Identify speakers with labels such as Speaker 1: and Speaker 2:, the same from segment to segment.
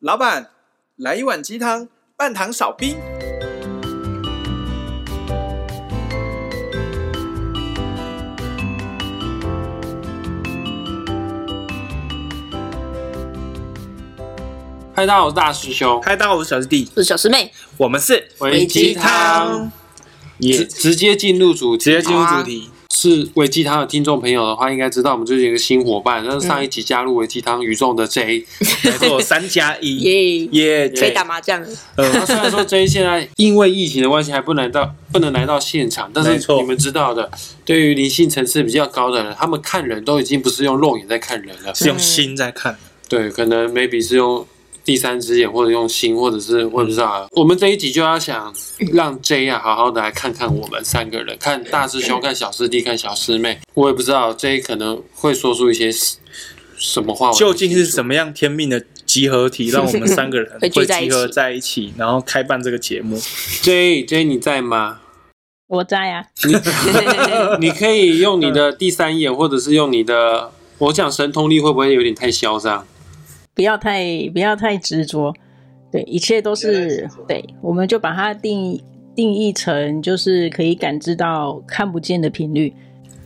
Speaker 1: 老板，来一碗鸡汤，半糖少冰。
Speaker 2: 嗨，大家好，我是大师兄。
Speaker 1: 嗨，大家好，我是小师弟，
Speaker 3: 我是小师妹，
Speaker 1: 我们是
Speaker 2: 喂
Speaker 3: 鸡汤，
Speaker 1: 也
Speaker 2: 直直接进入主题，啊
Speaker 1: 直接进入主题。
Speaker 2: 是维鸡汤的听众朋友的话，应该知道我们最近有一个新伙伴，
Speaker 1: 嗯
Speaker 2: 那是上一集加入维鸡汤宇宙的 J。
Speaker 1: 没
Speaker 3: 啊
Speaker 1: 错，三加 一，呃
Speaker 3: 耶、
Speaker 1: 耶，
Speaker 3: 可以打麻将了，
Speaker 2: 那虽然说 J 现在因为疫情的关系还不能到不能来到现场，但
Speaker 1: 没
Speaker 2: 是
Speaker 1: 错
Speaker 2: 你们知道的，对于灵性层次比较高的人，他们看人都已经不是用肉眼在看人了，
Speaker 1: 是用心在看，
Speaker 3: 嗯
Speaker 2: 对，可能 maybe 是用第三只眼，或者用心，或者
Speaker 1: 嗯
Speaker 2: 是我也不知道啊。我们这一集就要想让 J 啊好好的来看看我们三个人，看大师兄、看小师弟、看小师妹。我也不知道 J 可能会说出一些什什么话，
Speaker 1: 究竟是什么样天命的集合体，让我们三个人
Speaker 3: 会聚
Speaker 1: 会
Speaker 3: 在一
Speaker 1: 集
Speaker 3: 起
Speaker 1: 合在一起，然后开办这个节目？
Speaker 2: J J 你在吗？
Speaker 4: 我在啊，
Speaker 2: 你可以用你的第三眼，或者是用你的，我讲神通力会不会有点太嚣张？
Speaker 4: 不要太不要太执着，对，一切都是对，我们就把它定义定义成就是可以感知到看不见的频率。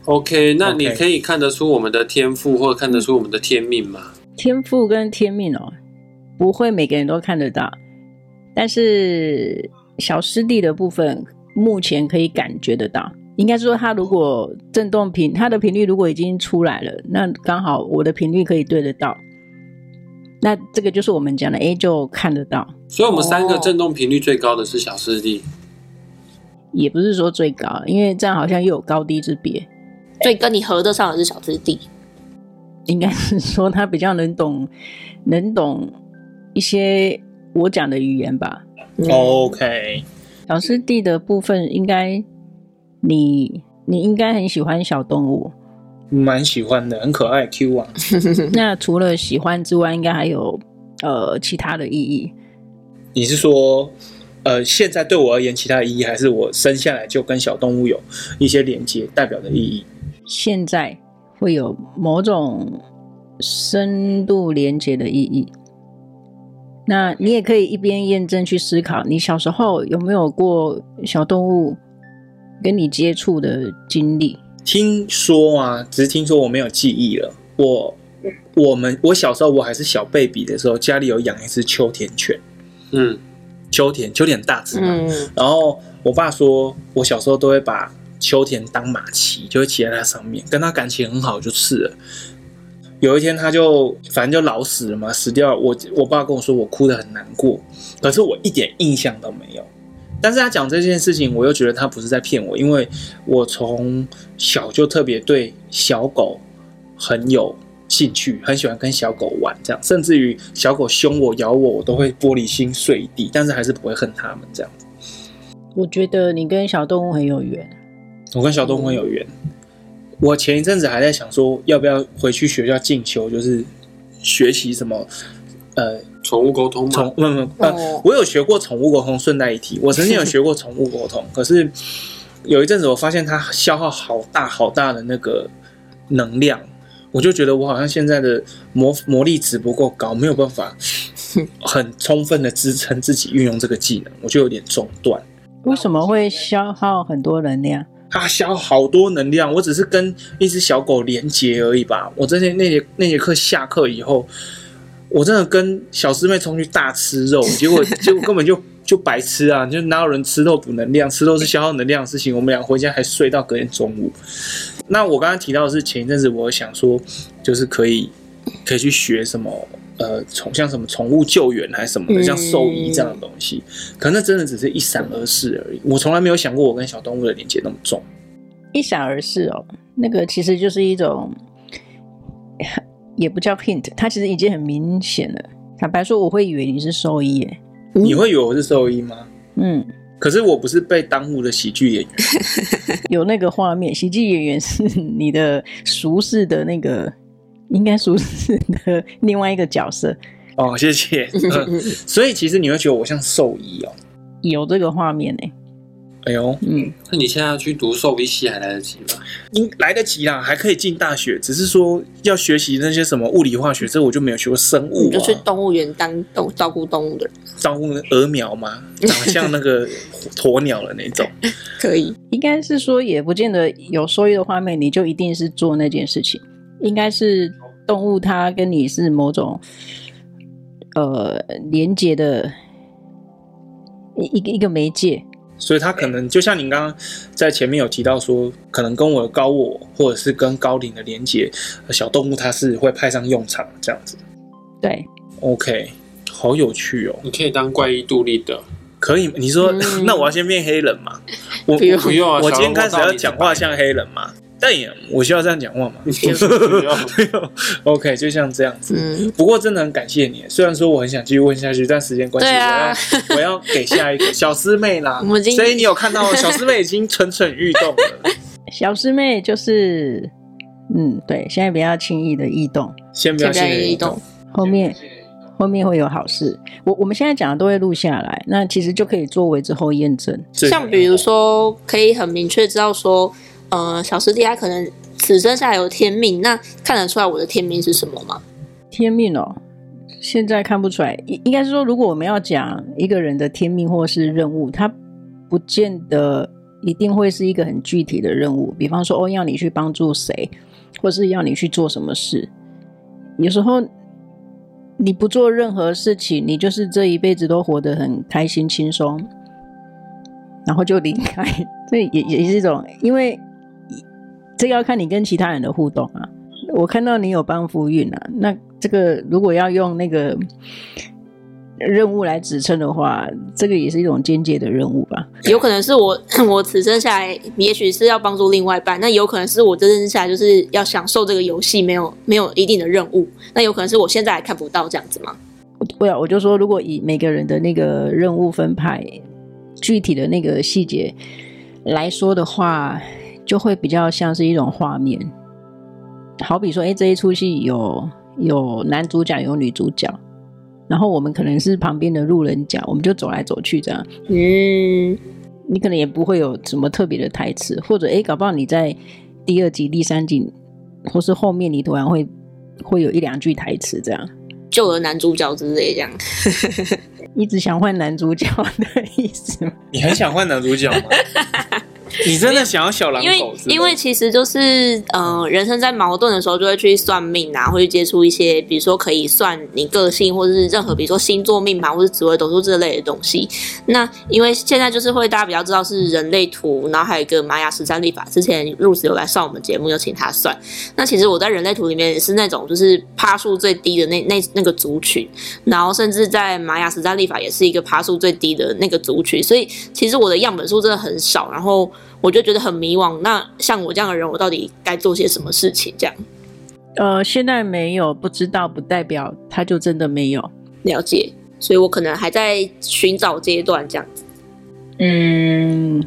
Speaker 2: OK，那
Speaker 1: OK
Speaker 2: 你可以看得出我们的天赋，或者看得出我们的天命吗？
Speaker 4: 天赋跟天命哦，不会每个人都看得到，但是小师弟的部分目前可以感觉得到。应该说，他如果振动频，他的频率如果已经出来了，那刚好我的频率可以对得到。那这个就是我们讲的，哎，就看得到。
Speaker 2: 所以，我们三个
Speaker 3: 哦
Speaker 2: 振动频率最高的是小师弟。
Speaker 4: 也不是说最高，因为这样好像又有高低之别。
Speaker 3: 所以跟你合得上的是小师弟，
Speaker 4: 应该是说他比较能懂，能懂一些我讲的语言吧。
Speaker 3: 嗯
Speaker 1: 哦 OK，
Speaker 4: 小师弟的部分，应该你你应该很喜欢小动物。
Speaker 1: 蛮喜欢的，很可爱，Q 啊。
Speaker 4: 那除了喜欢之外，应该还有呃其他的意义。
Speaker 1: 你是说，呃，现在对我而言，其他的意义还是我生下来就跟小动物有一些连接，代表的意义？
Speaker 4: 现在会有某种深度连接的意义。那你也可以一边验证去思考，你小时候有没有过小动物跟你接触的经历？
Speaker 1: 听说啊，只是听说我没有记忆了。我我们我小时候我还是小 baby 的时候，家里有养一只秋田犬，
Speaker 2: 嗯，
Speaker 1: 秋田秋田很大只嘛，
Speaker 3: 嗯，
Speaker 1: 然后我爸说，我小时候都会把秋田当马骑，就会骑在它上面，跟它感情很好就是了。有一天，它就反正就老死了嘛，死掉了。我我爸跟我说，我哭得很难过，可是我一点印象都没有。但是他讲这件事情，我又觉得他不是在骗我，因为我从小就特别对小狗很有兴趣，很喜欢跟小狗玩，这样，甚至于小狗凶我、咬我，我都会玻璃心碎地，但是还是不会恨它们这样。
Speaker 4: 我觉得你跟小动物很有缘。
Speaker 1: 我跟小动物很有缘。我前一阵子还在想说，要不要回去学校进修，就是学习什么呃
Speaker 2: 宠物沟通吗？
Speaker 1: 宠，不不不呃，
Speaker 3: 哦
Speaker 1: 我有学过宠物沟通。顺带一提，我曾经有学过宠物沟通，可是有一阵子我发现它消耗好大好大的那个能量，我就觉得我好像现在的魔魔力值不够高，没有办法很充分的支撑自己运用这个技能，我就有点中断。
Speaker 4: 为什么会消耗很多能量？
Speaker 1: 它消好多能量，我只是跟一只小狗连接而已吧。我之前那节那节课下课以后，我真的跟小师妹冲去大吃肉，结果结果根本就就白吃啊！就哪有人吃肉补能量？吃肉是消耗能量的事情。我们俩回家还睡到隔天中午。那我刚刚提到的是前一阵子我想说，就是可以可以去学什么呃宠像什么宠物救援还是什么的，
Speaker 3: 嗯
Speaker 1: 像兽医这样的东西。可那真的只是一闪而逝而已。我从来没有想过我跟小动物的连接那么重。
Speaker 4: 一闪而逝哦，那个其实就是一种，也不叫 hint，它其实已经很明显了。坦白说，我会以为你是兽医耶。
Speaker 1: 你会以为我是兽医吗？
Speaker 4: 嗯，
Speaker 1: 可是我不是被耽误的喜剧演员，
Speaker 4: 有那个画面，喜剧演员是你的熟识的那个，应该熟识的另外一个角色，
Speaker 1: 哦，谢 谢。嗯所以其实你会觉得我像兽医哦，
Speaker 4: 有这个画面呢、
Speaker 1: 哎呦，
Speaker 4: 嗯，
Speaker 2: 那你现在要去读兽医系还来得及吗？
Speaker 1: 应来得及啦，还可以进大学，只是说要学习那些什么物理化学，这我就没有学过生物
Speaker 3: 你就
Speaker 1: 啊
Speaker 3: 去，动物园当动照顾动物的人，
Speaker 1: 照顾鹅苗嘛，长得像那个 鸵鸟的那种。
Speaker 3: 可以。
Speaker 4: 应该是说也不见得有收益的画面，你就一定是做那件事情，应该是动物它跟你是某种呃连接的一一个一个媒介，
Speaker 1: 所以他可能就像您刚刚在前面有提到说，可能跟我的高我或者是跟高龄的连接，呃小动物它是会派上用场这样子。
Speaker 4: 对，
Speaker 1: OK，好有趣哦，
Speaker 2: 你可以当怪医杜立 德，
Speaker 1: 可以？你说、
Speaker 3: 嗯
Speaker 1: 那我要先变黑人吗？我
Speaker 3: 不用
Speaker 2: 不用啊
Speaker 1: 我今天
Speaker 2: 小
Speaker 1: 开
Speaker 2: 人
Speaker 1: 始
Speaker 2: 物
Speaker 1: 要
Speaker 2: 到底是
Speaker 1: 讲话像黑人吗？
Speaker 2: 啊
Speaker 1: 但也我需要这样讲话吗？
Speaker 2: 不用
Speaker 1: OK，就像这样子。
Speaker 3: 嗯，
Speaker 1: 不过真的很感谢你，虽然说我很想继续问下去，但时间关系，
Speaker 3: 对啊
Speaker 1: 我要我要给下一个小师妹啦。
Speaker 3: 我们已经
Speaker 1: 所以你有看到小师妹已经蠢蠢欲动 了，
Speaker 4: 小师妹就是嗯对，现在不要轻易的异动，
Speaker 1: 先不要
Speaker 3: 先不要
Speaker 1: 心
Speaker 3: 移
Speaker 1: 里
Speaker 3: 动
Speaker 1: 动。，
Speaker 4: 后面后面会有好事。我我们现在讲的都会录下来，那其实就可以作为之后验证。
Speaker 1: 这个
Speaker 3: 像比如说，可以很明确知道说，呃，小师弟他可能此生下来有天命，那看得出来我的天命是什么吗？
Speaker 4: 天命哦，现在看不出来，应应该是说，如果我们要讲一个人的天命或是任务，他不见得一定会是一个很具体的任务，比方说哦，要你去帮助谁，或是要你去做什么事。有时候你不做任何事情，你就是这一辈子都活得很开心轻松，然后就离开，这也也是一种，因为这要看你跟其他人的互动啊。我看到你有帮扶运啊，那这个如果要用那个任务来指称的话，这个也是一种间接的任务吧？
Speaker 3: 有可能是我 我此生下来，也许是要帮助另外一半，那有可能是我这生下来就是要享受这个游戏，没有没有一定的任务，那有可能是我现在还看不到这样子吗？
Speaker 4: 对啊，我就说，如果以每个人的那个任务分派具体的那个细节来说的话，就会比较像是一种画面。好比说，哎，这一出戏有有男主角，有女主角，然后我们可能是旁边的路人甲，我们就走来走去这样。
Speaker 3: 嗯，
Speaker 4: 你可能也不会有什么特别的台词，或者诶，搞不好你在第二集、第三集，或是后面你突然会会有一两句台词这样，
Speaker 3: 救了男主角之类这样。
Speaker 4: 一直想换男主角的意思吗？
Speaker 1: 你很想换男主角 吗？你真的想要小狼
Speaker 3: 因为
Speaker 1: 狗之类的？
Speaker 3: 因为其实就是呃，人生在矛盾的时候就会去算命啊，会去接触一些比如说可以算你个性，或者是任何比如说星座命盘或者紫微斗数这类的东西。那因为现在就是会大家比较知道是人类图，然后还有一个玛雅十三历法，之前露子有来上我们节目，就请他算。那其实我在人类图里面也是那种就是趴数最低的那那那个族群，然后甚至在玛雅十三历法也是一个趴数最低的那个族群，所以其实我的样本数真的很少，然后我就觉得很迷惘。那像我这样的人，我到底该做些什么事情？这样
Speaker 4: 呃，现在没有，不知道不代表他就真的没有。
Speaker 3: 了解，所以我可能还在寻找阶段，这样子。
Speaker 4: 嗯，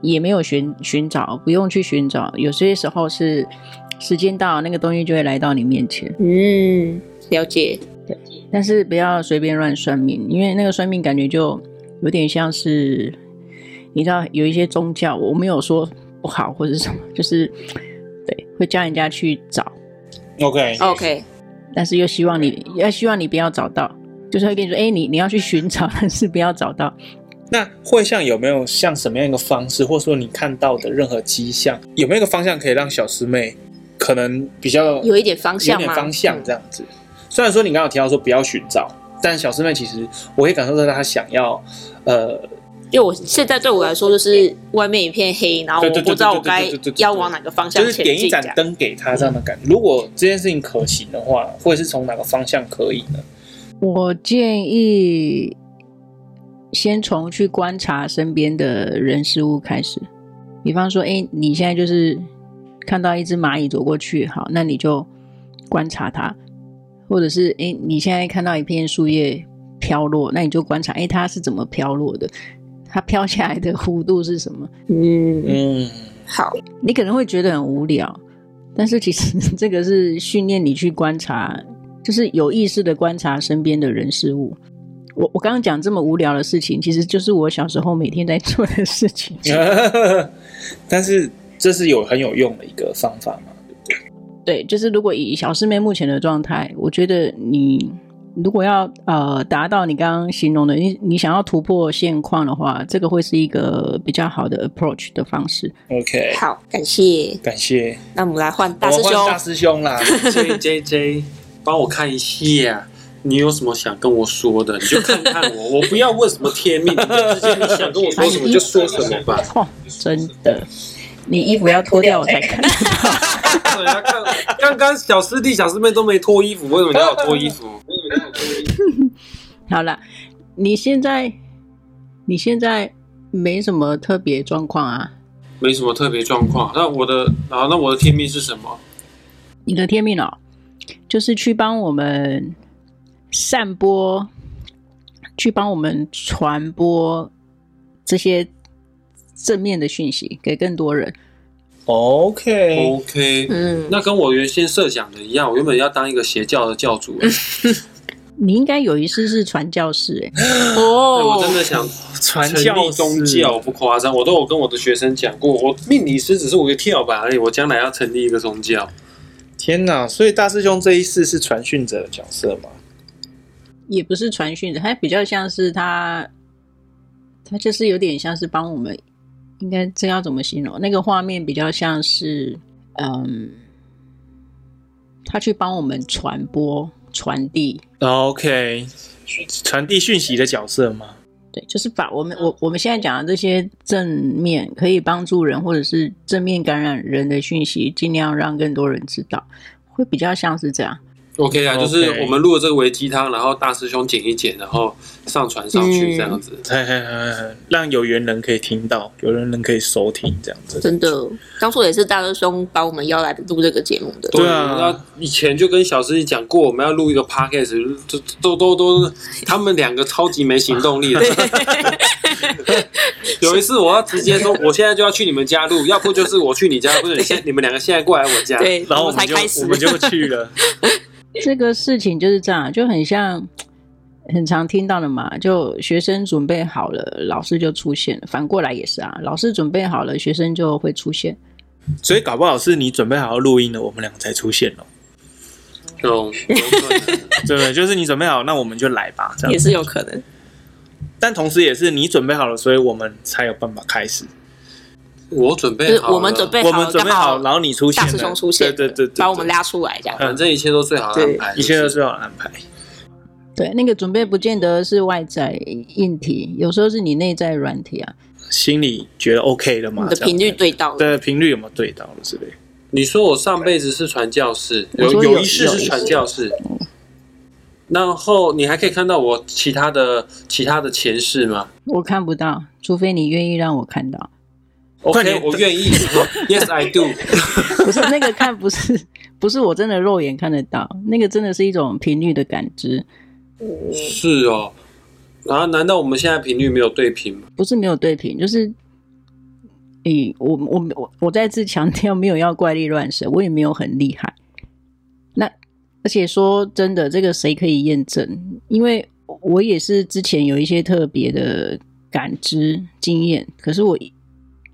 Speaker 4: 也没有寻寻找，不用去寻找，有些时候是时间到，那个东西就会来到你面前。
Speaker 3: 嗯，了解。
Speaker 4: 但是不要随便乱算命，因为那个算命感觉就有点像是，你知道有一些宗教，我没有说不好或者什么，就是对会叫人家去找，
Speaker 1: OK，
Speaker 3: OK，
Speaker 4: 但是又希望你要希望你不要找到，就是会跟你说，哎、你你要去寻找， 但是不要找到。
Speaker 1: 那会像有没有像什么样一个方式，或者说你看到的任何迹象，有没有一个方向可以让小师妹可能比较
Speaker 3: 有一点方向
Speaker 1: 有
Speaker 3: 吗？
Speaker 1: 点方向这样子。虽然说你刚刚有提到说不要寻找，但小师妹其实我可以感受到她想要，呃，
Speaker 3: 嗯因为我现在对我来说就是外面一片黑，然后我
Speaker 1: 对对对
Speaker 3: 不知道我该
Speaker 1: 对对对对对对
Speaker 3: 要往哪个方向
Speaker 1: 就是
Speaker 3: 前
Speaker 1: 点一
Speaker 3: 进。这
Speaker 1: 盏
Speaker 3: 样
Speaker 1: 灯给她这样的感觉。如果这件事情可行的话，或者是从哪个方向可以呢？
Speaker 4: 我建议先从去观察身边的人事物开始，比方说，哎、你现在就是看到一只蚂蚁走过去，好，那你就观察它，或者是，哎、你现在看到一片树叶飘落，那你就观察，哎、它是怎么飘落的，它飘下来的弧度是什么？
Speaker 3: 嗯，
Speaker 1: 嗯，
Speaker 3: 好，
Speaker 4: 你可能会觉得很无聊，但是其实 这个是训练你去观察，就是有意识的观察身边的人事物。我我刚刚讲这么无聊的事情，其实就是我小时候每天在做的事 情。
Speaker 2: 嗯
Speaker 1: 但是这是有很有用的一个方法嘛？
Speaker 4: 对，就是如果以小师妹目前的状态，我觉得你如果要呃达到你刚刚形容的，你你想要突破现况的话，这个会是一个比较好的 approach 的方式。
Speaker 1: OK，
Speaker 3: 好，感谢。
Speaker 1: 感谢
Speaker 3: 那我们来换大
Speaker 1: 我
Speaker 3: 师
Speaker 1: 换
Speaker 3: 兄
Speaker 1: 大。师兄啦。
Speaker 2: J J J，帮我看一下，你有什么想跟我说的，你就看看 我，我不要问什么天命，你就直接你想跟我说什么就说什么吧。
Speaker 4: 哦，真的，你衣服要脱掉我才 看。
Speaker 2: 对啊看刚刚小师弟、小师妹都没脱衣服，为什么你要我脱衣服？
Speaker 4: 好了，你现在你现在没什么特别状况啊。
Speaker 2: 没什么特别状况。那我的，然后那我的天命是什么？
Speaker 4: 你的天命哦，就是去帮我们散播，去帮我们传播这些正面的讯息给更多人。
Speaker 1: OK，
Speaker 2: OK，
Speaker 3: 嗯，
Speaker 2: 那跟我原先设想的一样，我原本要当一个邪教的 教主、欸，
Speaker 4: 你应该有一次是传教士、欸，
Speaker 2: 对
Speaker 3: 哦
Speaker 2: 我真的想
Speaker 1: 传
Speaker 2: 成
Speaker 1: 教
Speaker 2: 立宗
Speaker 1: 士
Speaker 2: 教，不夸张，我都有跟我的学生讲过，我命理师只是我一个跳板而已，我将来要成立一个宗教。
Speaker 1: 天哪！所以大师兄这一世是传讯者的角色嘛？
Speaker 4: 也不是传讯的，他比较像是他，他就是有点像是帮我们，应该这要怎么形容？那个画面比较像是，嗯，他去帮我们传播、传递
Speaker 1: OK，传递讯息的角色吗？
Speaker 4: 对，就是把我们我我们现在讲的这些正面可以帮助人或者是正面感染人的讯息，尽量让更多人知道，会比较像是这样。
Speaker 2: OK 啊，
Speaker 1: OK
Speaker 2: 就是我们录了这个为鸡汤，然后大师兄剪一剪，然后上传上去
Speaker 3: 嗯
Speaker 2: 这样子。
Speaker 1: 嘿嘿嘿嘿让有缘人可以听到，有缘人可以收听，这样子。
Speaker 3: 真的，当初也是大师兄把我们邀来录这个节目的。
Speaker 1: 对啊
Speaker 2: 那以前就跟小师弟讲过，我们要录一个 podcast，都都都都，他们两个超级没行 动力的。有一次我要直接说，我现在就要去你们家录，要不就是我去你家，不是你现你们两个现在过来我家。
Speaker 3: 对，
Speaker 1: 啊然后我
Speaker 3: 才
Speaker 1: 们就
Speaker 3: 开始
Speaker 1: 我。们就去了。
Speaker 4: 这个事情就是这样，就很像很常听到的嘛，就学生准备好了，老师就出现了，反过来也是啊，老师准备好了，学生就会出现。
Speaker 1: 所以搞不好是你准备好要录音了，我们两个才出现哦。
Speaker 2: 有有可 能
Speaker 1: 对不对？就是你准备好，那我们就来吧，这
Speaker 3: 也
Speaker 1: 样。
Speaker 3: 是有可能，
Speaker 1: 但同时也是你准备好了，所以我们才有办法开始。
Speaker 2: 我准
Speaker 3: 就
Speaker 2: 备
Speaker 3: 是
Speaker 2: 好了，
Speaker 3: 我们准备
Speaker 1: 我
Speaker 3: 好，
Speaker 1: 们准备好，
Speaker 3: 刚
Speaker 1: 然后你出现
Speaker 3: 大
Speaker 1: 了，
Speaker 3: 师兄出现，
Speaker 1: 对对对对，对
Speaker 3: 把我们，拉出来这样。
Speaker 2: 反正一切都最好的安排，
Speaker 1: 嗯一切都是最好的安排。
Speaker 4: 对，那个准备不见得是外在硬体，有时候是你内在软体啊。
Speaker 1: 心里觉得 OK 了嘛？
Speaker 3: 你的
Speaker 1: 这样
Speaker 3: 频率对到 了，
Speaker 1: 对频率有没有对到了之类的？
Speaker 2: 你说我上辈子是传教士，
Speaker 4: 我说
Speaker 2: 有
Speaker 4: 有
Speaker 2: 一世是传教士，
Speaker 3: 嗯
Speaker 2: 然后你还可以看到我其他的其他的前世吗
Speaker 4: 我看不到，除非你愿意让我看到。
Speaker 1: 快点
Speaker 2: ？OK，我愿意，Yes I do。
Speaker 4: 不是那个看，不是 不是我真的肉眼看得到，那个真的是一种频率的感知，
Speaker 2: 是哦，然后难道我们现在频率没有对频吗？
Speaker 4: 不是没有对频，就是，诶、我我我我再次强调，没有要怪力乱神，我也没有很厉害。那而且说真的，这个谁可以验证？因为我也是之前有一些特别的感知经验，可是我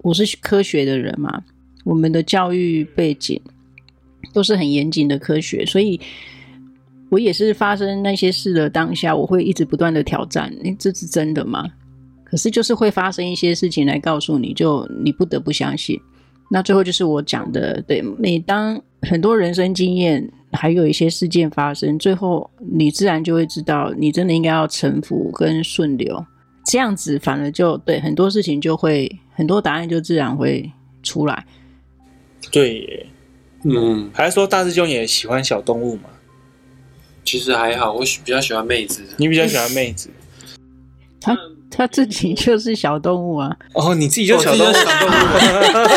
Speaker 4: 我是科学的人嘛，我们的教育背景都是很严谨的科学，所以我也是发生那些事的当下，我会一直不断的挑战，诶，这是真的吗？可是就是会发生一些事情来告诉你，就你不得不相信。那最后就是我讲的，对，每当很多人生经验，还有一些事件发生，最后你自然就会知道，你真的应该要臣服跟顺流，这样子反而就对很多事情就会很多答案就自然会出来。
Speaker 1: 对耶，
Speaker 2: 嗯，
Speaker 1: 还是说大师兄也喜欢小动物嘛？
Speaker 2: 其实还好，我喜比较喜欢妹子。
Speaker 1: 你比较喜欢妹子
Speaker 4: 他他自己就是小动物啊，
Speaker 1: 哦？你自己就
Speaker 2: 我
Speaker 1: 小
Speaker 2: 自己
Speaker 1: 动物，
Speaker 2: 就是小动物。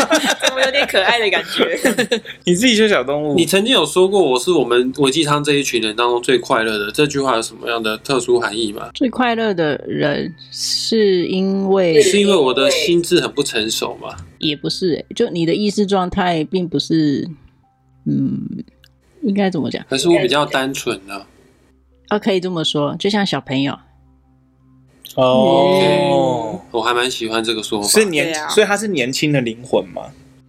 Speaker 3: 怎么有点可爱的感觉？
Speaker 1: 你自己就小动物。
Speaker 2: 你曾经有说过我是我们维鸡汤这一群人当中最快乐的，这句话有什么样的特殊含义吗？
Speaker 4: 最快乐的人是因为
Speaker 2: 是因为我的心智很不成熟吗？
Speaker 4: 也不是、欸，就你的意识状态并不是，嗯，应该怎么讲？
Speaker 2: 还是我比较单纯呢？
Speaker 4: 啊，可以这么说，就像小朋友，
Speaker 1: 哦，
Speaker 2: 我还蛮喜欢这个说法。
Speaker 1: 是年
Speaker 3: 对，啊
Speaker 1: 所以他是年轻的灵魂嘛。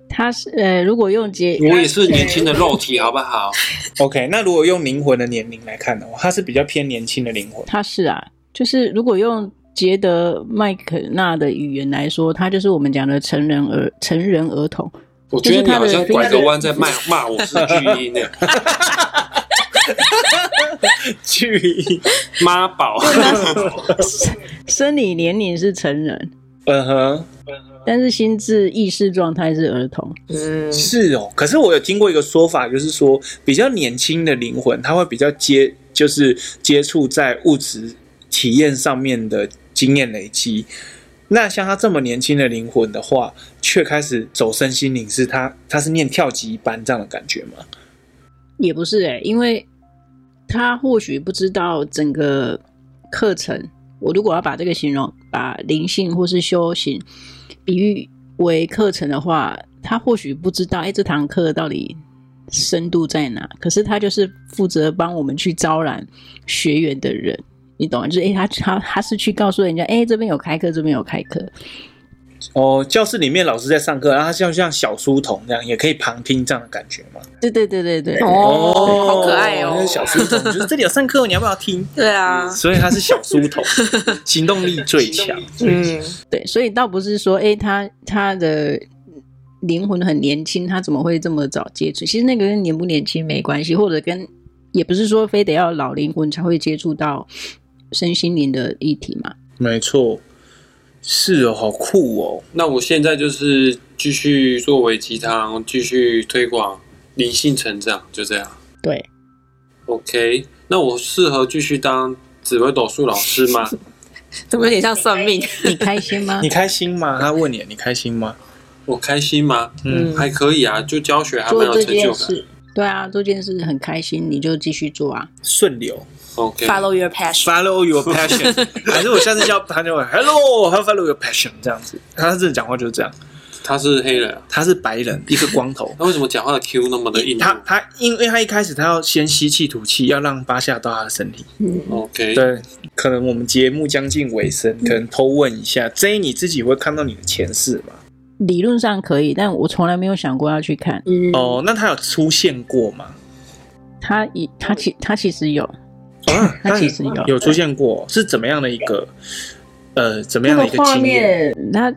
Speaker 4: 他是呃，如果用结
Speaker 2: 我也是年轻的肉体，好不好？
Speaker 1: OK，那如果用灵魂的年龄来看的话，他是比较偏年轻的灵魂。
Speaker 4: 他是啊，就是如果用杰德麦肯纳的语言来说，他就是我们讲的成人儿成人儿童。
Speaker 2: 我觉得你好像拐个弯在骂
Speaker 4: 就
Speaker 2: 骂我是巨婴呢，
Speaker 1: 去
Speaker 2: 妈宝。
Speaker 4: 生理年龄是成人，
Speaker 1: 嗯哼，
Speaker 4: 但是心智意识状态是儿童。
Speaker 3: 嗯，
Speaker 1: 是哦。可是我有听过一个说法，就是说比较年轻的灵魂，他会比较接，就是接触在物质体验上面的经验累积。那像他这么年轻的灵魂的话，却开始走身心灵，是他他是念跳级班这样的感觉吗？
Speaker 4: 也不是哎、因为他或许不知道整个课程。我如果要把这个形容，把灵性或是修行比喻为课程的话，他或许不知道，哎、这堂课到底深度在哪？可是他就是负责帮我们去招揽学员的人，你懂吗？就是哎、诶他他他是去告诉人家，哎、这边有开课，这边有开课，
Speaker 1: 哦，教室里面老师在上课，然后他像像小书童这样，也可以旁听这样的感觉吗？
Speaker 4: 对对对对对，
Speaker 3: 哦，好可爱哦
Speaker 1: 那，是小书童，就是这里有上课，你要不要听？
Speaker 3: 对啊，
Speaker 1: 所以他是小书童，行动力最强。
Speaker 3: 嗯，
Speaker 4: 对，所以倒不是说，哎、他他的灵魂很年轻，他怎么会这么早接触？其实那个跟年不年轻没关系，或者跟也不是说非得要老灵魂才会接触到身心灵的议题嘛。
Speaker 1: 没错，是哦，好酷哦。
Speaker 2: 那我现在就是继续作为鸡汤，继续推广灵性成长，就这样。
Speaker 4: 对，
Speaker 2: OK，那我适合继续当紫微斗数老师 吗？
Speaker 3: 怎么有点像算命？
Speaker 4: 你开心吗
Speaker 1: 你？开心吗？他问你，你开心吗？
Speaker 2: 我开心吗？
Speaker 1: 嗯
Speaker 3: 嗯，
Speaker 2: 还可以啊，就教学还蛮
Speaker 4: 做
Speaker 2: 有
Speaker 4: 这
Speaker 2: 成就
Speaker 4: 件
Speaker 2: 感。
Speaker 4: 事，对啊，做这件事很开心，你就继续做啊。
Speaker 1: 顺流
Speaker 2: OK，
Speaker 3: Follow your passion。
Speaker 1: ，follow your passion，还是我下次叫他就会 hello，还 follow your passion 这样子。他真的讲话就是这样，
Speaker 2: 他是黑人啊，
Speaker 1: 他是白人，一个光 头。
Speaker 2: 那为什么讲话的 Q 那么的硬
Speaker 1: 他他因为他一开始他要先吸气吐气，要让巴夏到他的身体。
Speaker 3: 嗯
Speaker 2: ？OK，
Speaker 1: 对，嗯可能我们节目将近尾声，可能偷问一下，J 你自己会看到你的前世吗？
Speaker 4: 理论上可以，但我从来没有想过要去看。
Speaker 3: 嗯，
Speaker 1: 哦，那他有出现过吗？
Speaker 4: 他一他其他其实有
Speaker 1: 啊，
Speaker 4: 他其实有
Speaker 1: 有出现过，是怎么样的一个呃，怎么
Speaker 4: 那
Speaker 1: 样的
Speaker 4: 个
Speaker 1: 一个
Speaker 4: 画
Speaker 1: 经验？
Speaker 4: 面，他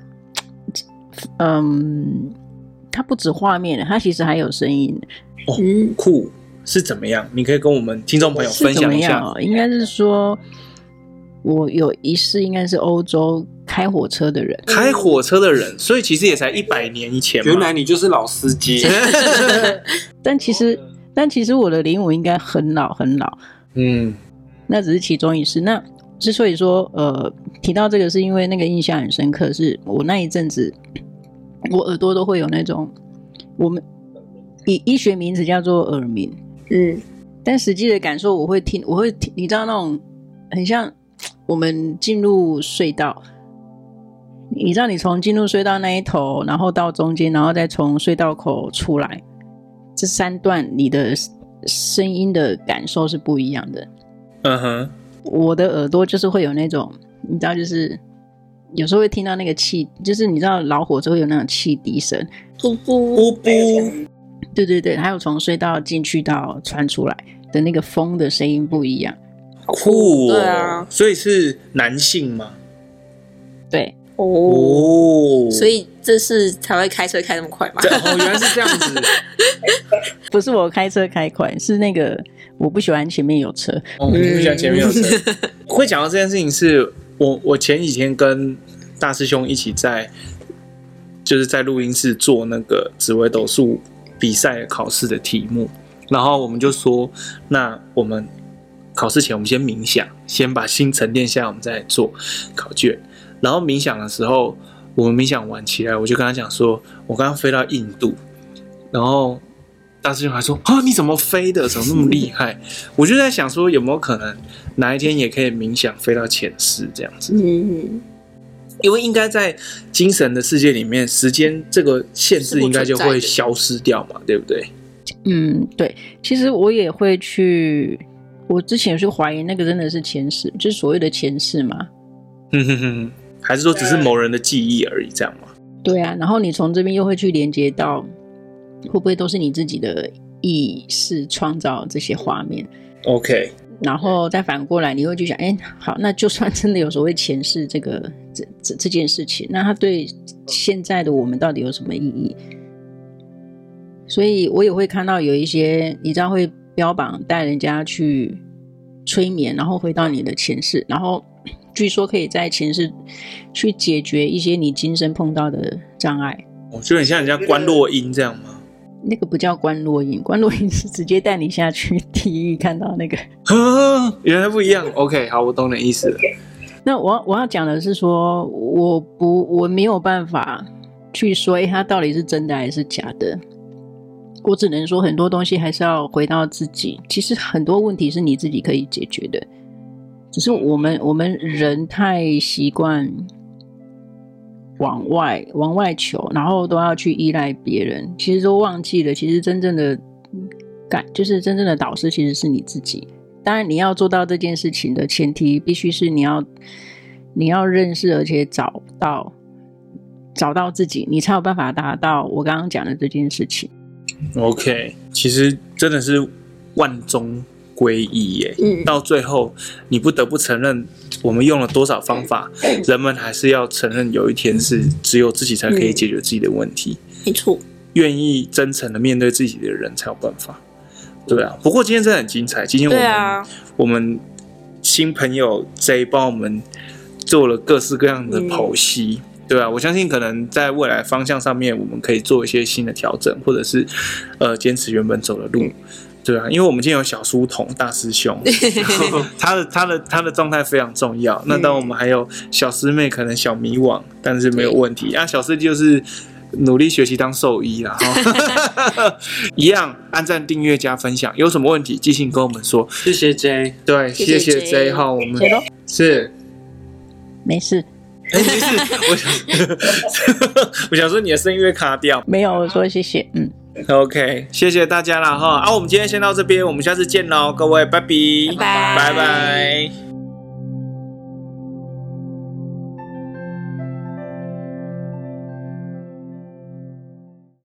Speaker 4: 嗯，他不止画面，他其实还有声音。
Speaker 3: 嗯，
Speaker 1: 酷是怎么样？你可以跟我们听众朋友
Speaker 4: 是
Speaker 1: 分
Speaker 4: 怎么
Speaker 1: 享一
Speaker 4: 样
Speaker 1: 下。
Speaker 4: 哦？应该是说，我有一世应该是欧洲开火车的人，
Speaker 1: 开火车的人，所以其实也才一百年以前嘛。
Speaker 2: 原来你就是老司机。
Speaker 4: 但其
Speaker 1: 哦
Speaker 4: 实但其实我的灵魂应该很老很老，
Speaker 1: 嗯，
Speaker 4: 那只是其中一世。那之所以说呃提到这个，是因为那个印象很深刻，是我那一阵子我耳朵都会有那种我们以医学名字叫做耳鸣，
Speaker 3: 嗯，
Speaker 4: 但实际的感受，我会听，我会听，你知道那种很像我们进入隧道，你知道你从进入隧道那一头，然后到中间，然后再从隧道口出来，这三段你的声音的感受是不一样的。
Speaker 1: 嗯哼，
Speaker 4: 我的耳朵就是会有那种，你知道，就是有时候会听到那个汽，就是你知道老火车会有那种汽笛声，
Speaker 3: 布布
Speaker 1: 波波
Speaker 4: 对对对，还有从隧道进去到穿出来的那个风的声音不一样。
Speaker 1: 酷
Speaker 3: 对啊
Speaker 1: 哦，所以是男性吗？
Speaker 4: 对，
Speaker 3: 哦，
Speaker 1: 哦，
Speaker 3: 所以这是才会开车开那么快嘛
Speaker 1: 这。哦，原来是这样 子
Speaker 4: 不是我开车开快，是那个我不喜欢前面有车。
Speaker 1: 哦，你不喜欢前面有车。会讲到这件事情是我我前几天跟大师兄一起在就是在录音室做那个紫微斗数比赛考试的题目，然后我们就说，那我们考试前我们先冥想，先把心沉淀下来，我们再来做考卷。然后冥想的时候，我们冥想完起来，我就跟他讲说，我刚刚飞到印度，然后大师兄还说啊，你怎么飞的？怎么那么厉害？ 我就在想说，有没有可能哪一天也可以冥想飞到前世这样子？
Speaker 3: 嗯，
Speaker 1: 因为应该在精神的世界里面，时间这个限制应该就会消失掉嘛，对不对？
Speaker 4: 嗯，对，其实我也会去，我之前有去怀疑那个真的是前世，就是所谓的前世嘛。
Speaker 1: 嗯哼哼哼，还是说只是某人的记忆而已，这样吗？
Speaker 4: 对啊，然后你从这边又会去连接到，会不会都是你自己的意识创造这些画面？
Speaker 1: OK，
Speaker 4: 然后再反过来，你会去想，哎，好，那就算真的有所谓前世这个这这这件事情，那它对现在的我们到底有什么意义？所以我也会看到有一些，你知道会标榜带人家去催眠，然后回到你的前世，然后据说可以在前世去解决一些你今生碰到的障碍。
Speaker 1: 我觉得哦很像人家关落音这样吗？
Speaker 4: 那个不叫关落影，关落影是直接带你下去 地狱，看到那个
Speaker 1: 啊，原来不一样。OK，好，我懂你意思了。
Speaker 4: 那我要我要讲的是说，我不我没有办法去说，诶它到底是真的还是假的。我只能说，很多东西还是要回到自己。其实很多问题是你自己可以解决的，只是我们我们人太习惯往外往外求，然后都要去依赖别人，其实都忘记了，其实真正的感就是真正的导师其实是你自己。当然，你要做到这件事情的前提，必须是你要你要认识，而且找到找到自己，你才有办法达到我刚刚讲的这件事情。
Speaker 1: OK，其实真的是万中归一耶。
Speaker 3: 嗯
Speaker 1: 到最后，你不得不承认，我们用了多少方法，
Speaker 3: 嗯
Speaker 1: 人们还是要承认，有一天是只有自己才可以解决自己的问题。
Speaker 3: 没错，
Speaker 1: 愿意真诚的面对自己的人才有办法。对啊，不过今天真的很精彩。今天我
Speaker 3: 对
Speaker 1: 们、
Speaker 3: 啊，
Speaker 1: 我们新朋友 J 帮我们做了各式各样的剖析，对啊，我相信可能在未来方向上面，我们可以做一些新的调整，或者是呃坚持原本走的路。对啊，因为我们今天有小书童大师兄，然后他的他的他的状态非常重要。那当我们还有小师妹，可能小迷惘，但是没有问题啊。小师弟就是努力学习当兽医啦，哈一样按赞、订阅、加分享。有什么问题，寄信跟我们说。
Speaker 2: 谢谢 J。
Speaker 1: 对，谢
Speaker 3: 谢
Speaker 1: 谢
Speaker 3: 谢
Speaker 1: J 哈，我们是，
Speaker 4: 没事，
Speaker 1: 哎，没事， 我想，我想说你的声音会卡掉。
Speaker 4: 没有我说谢谢，嗯，
Speaker 1: OK，谢谢大家了哈，啊，我们今天先到这边，我们下次见喽，各位，拜拜，
Speaker 3: 拜
Speaker 1: 拜拜。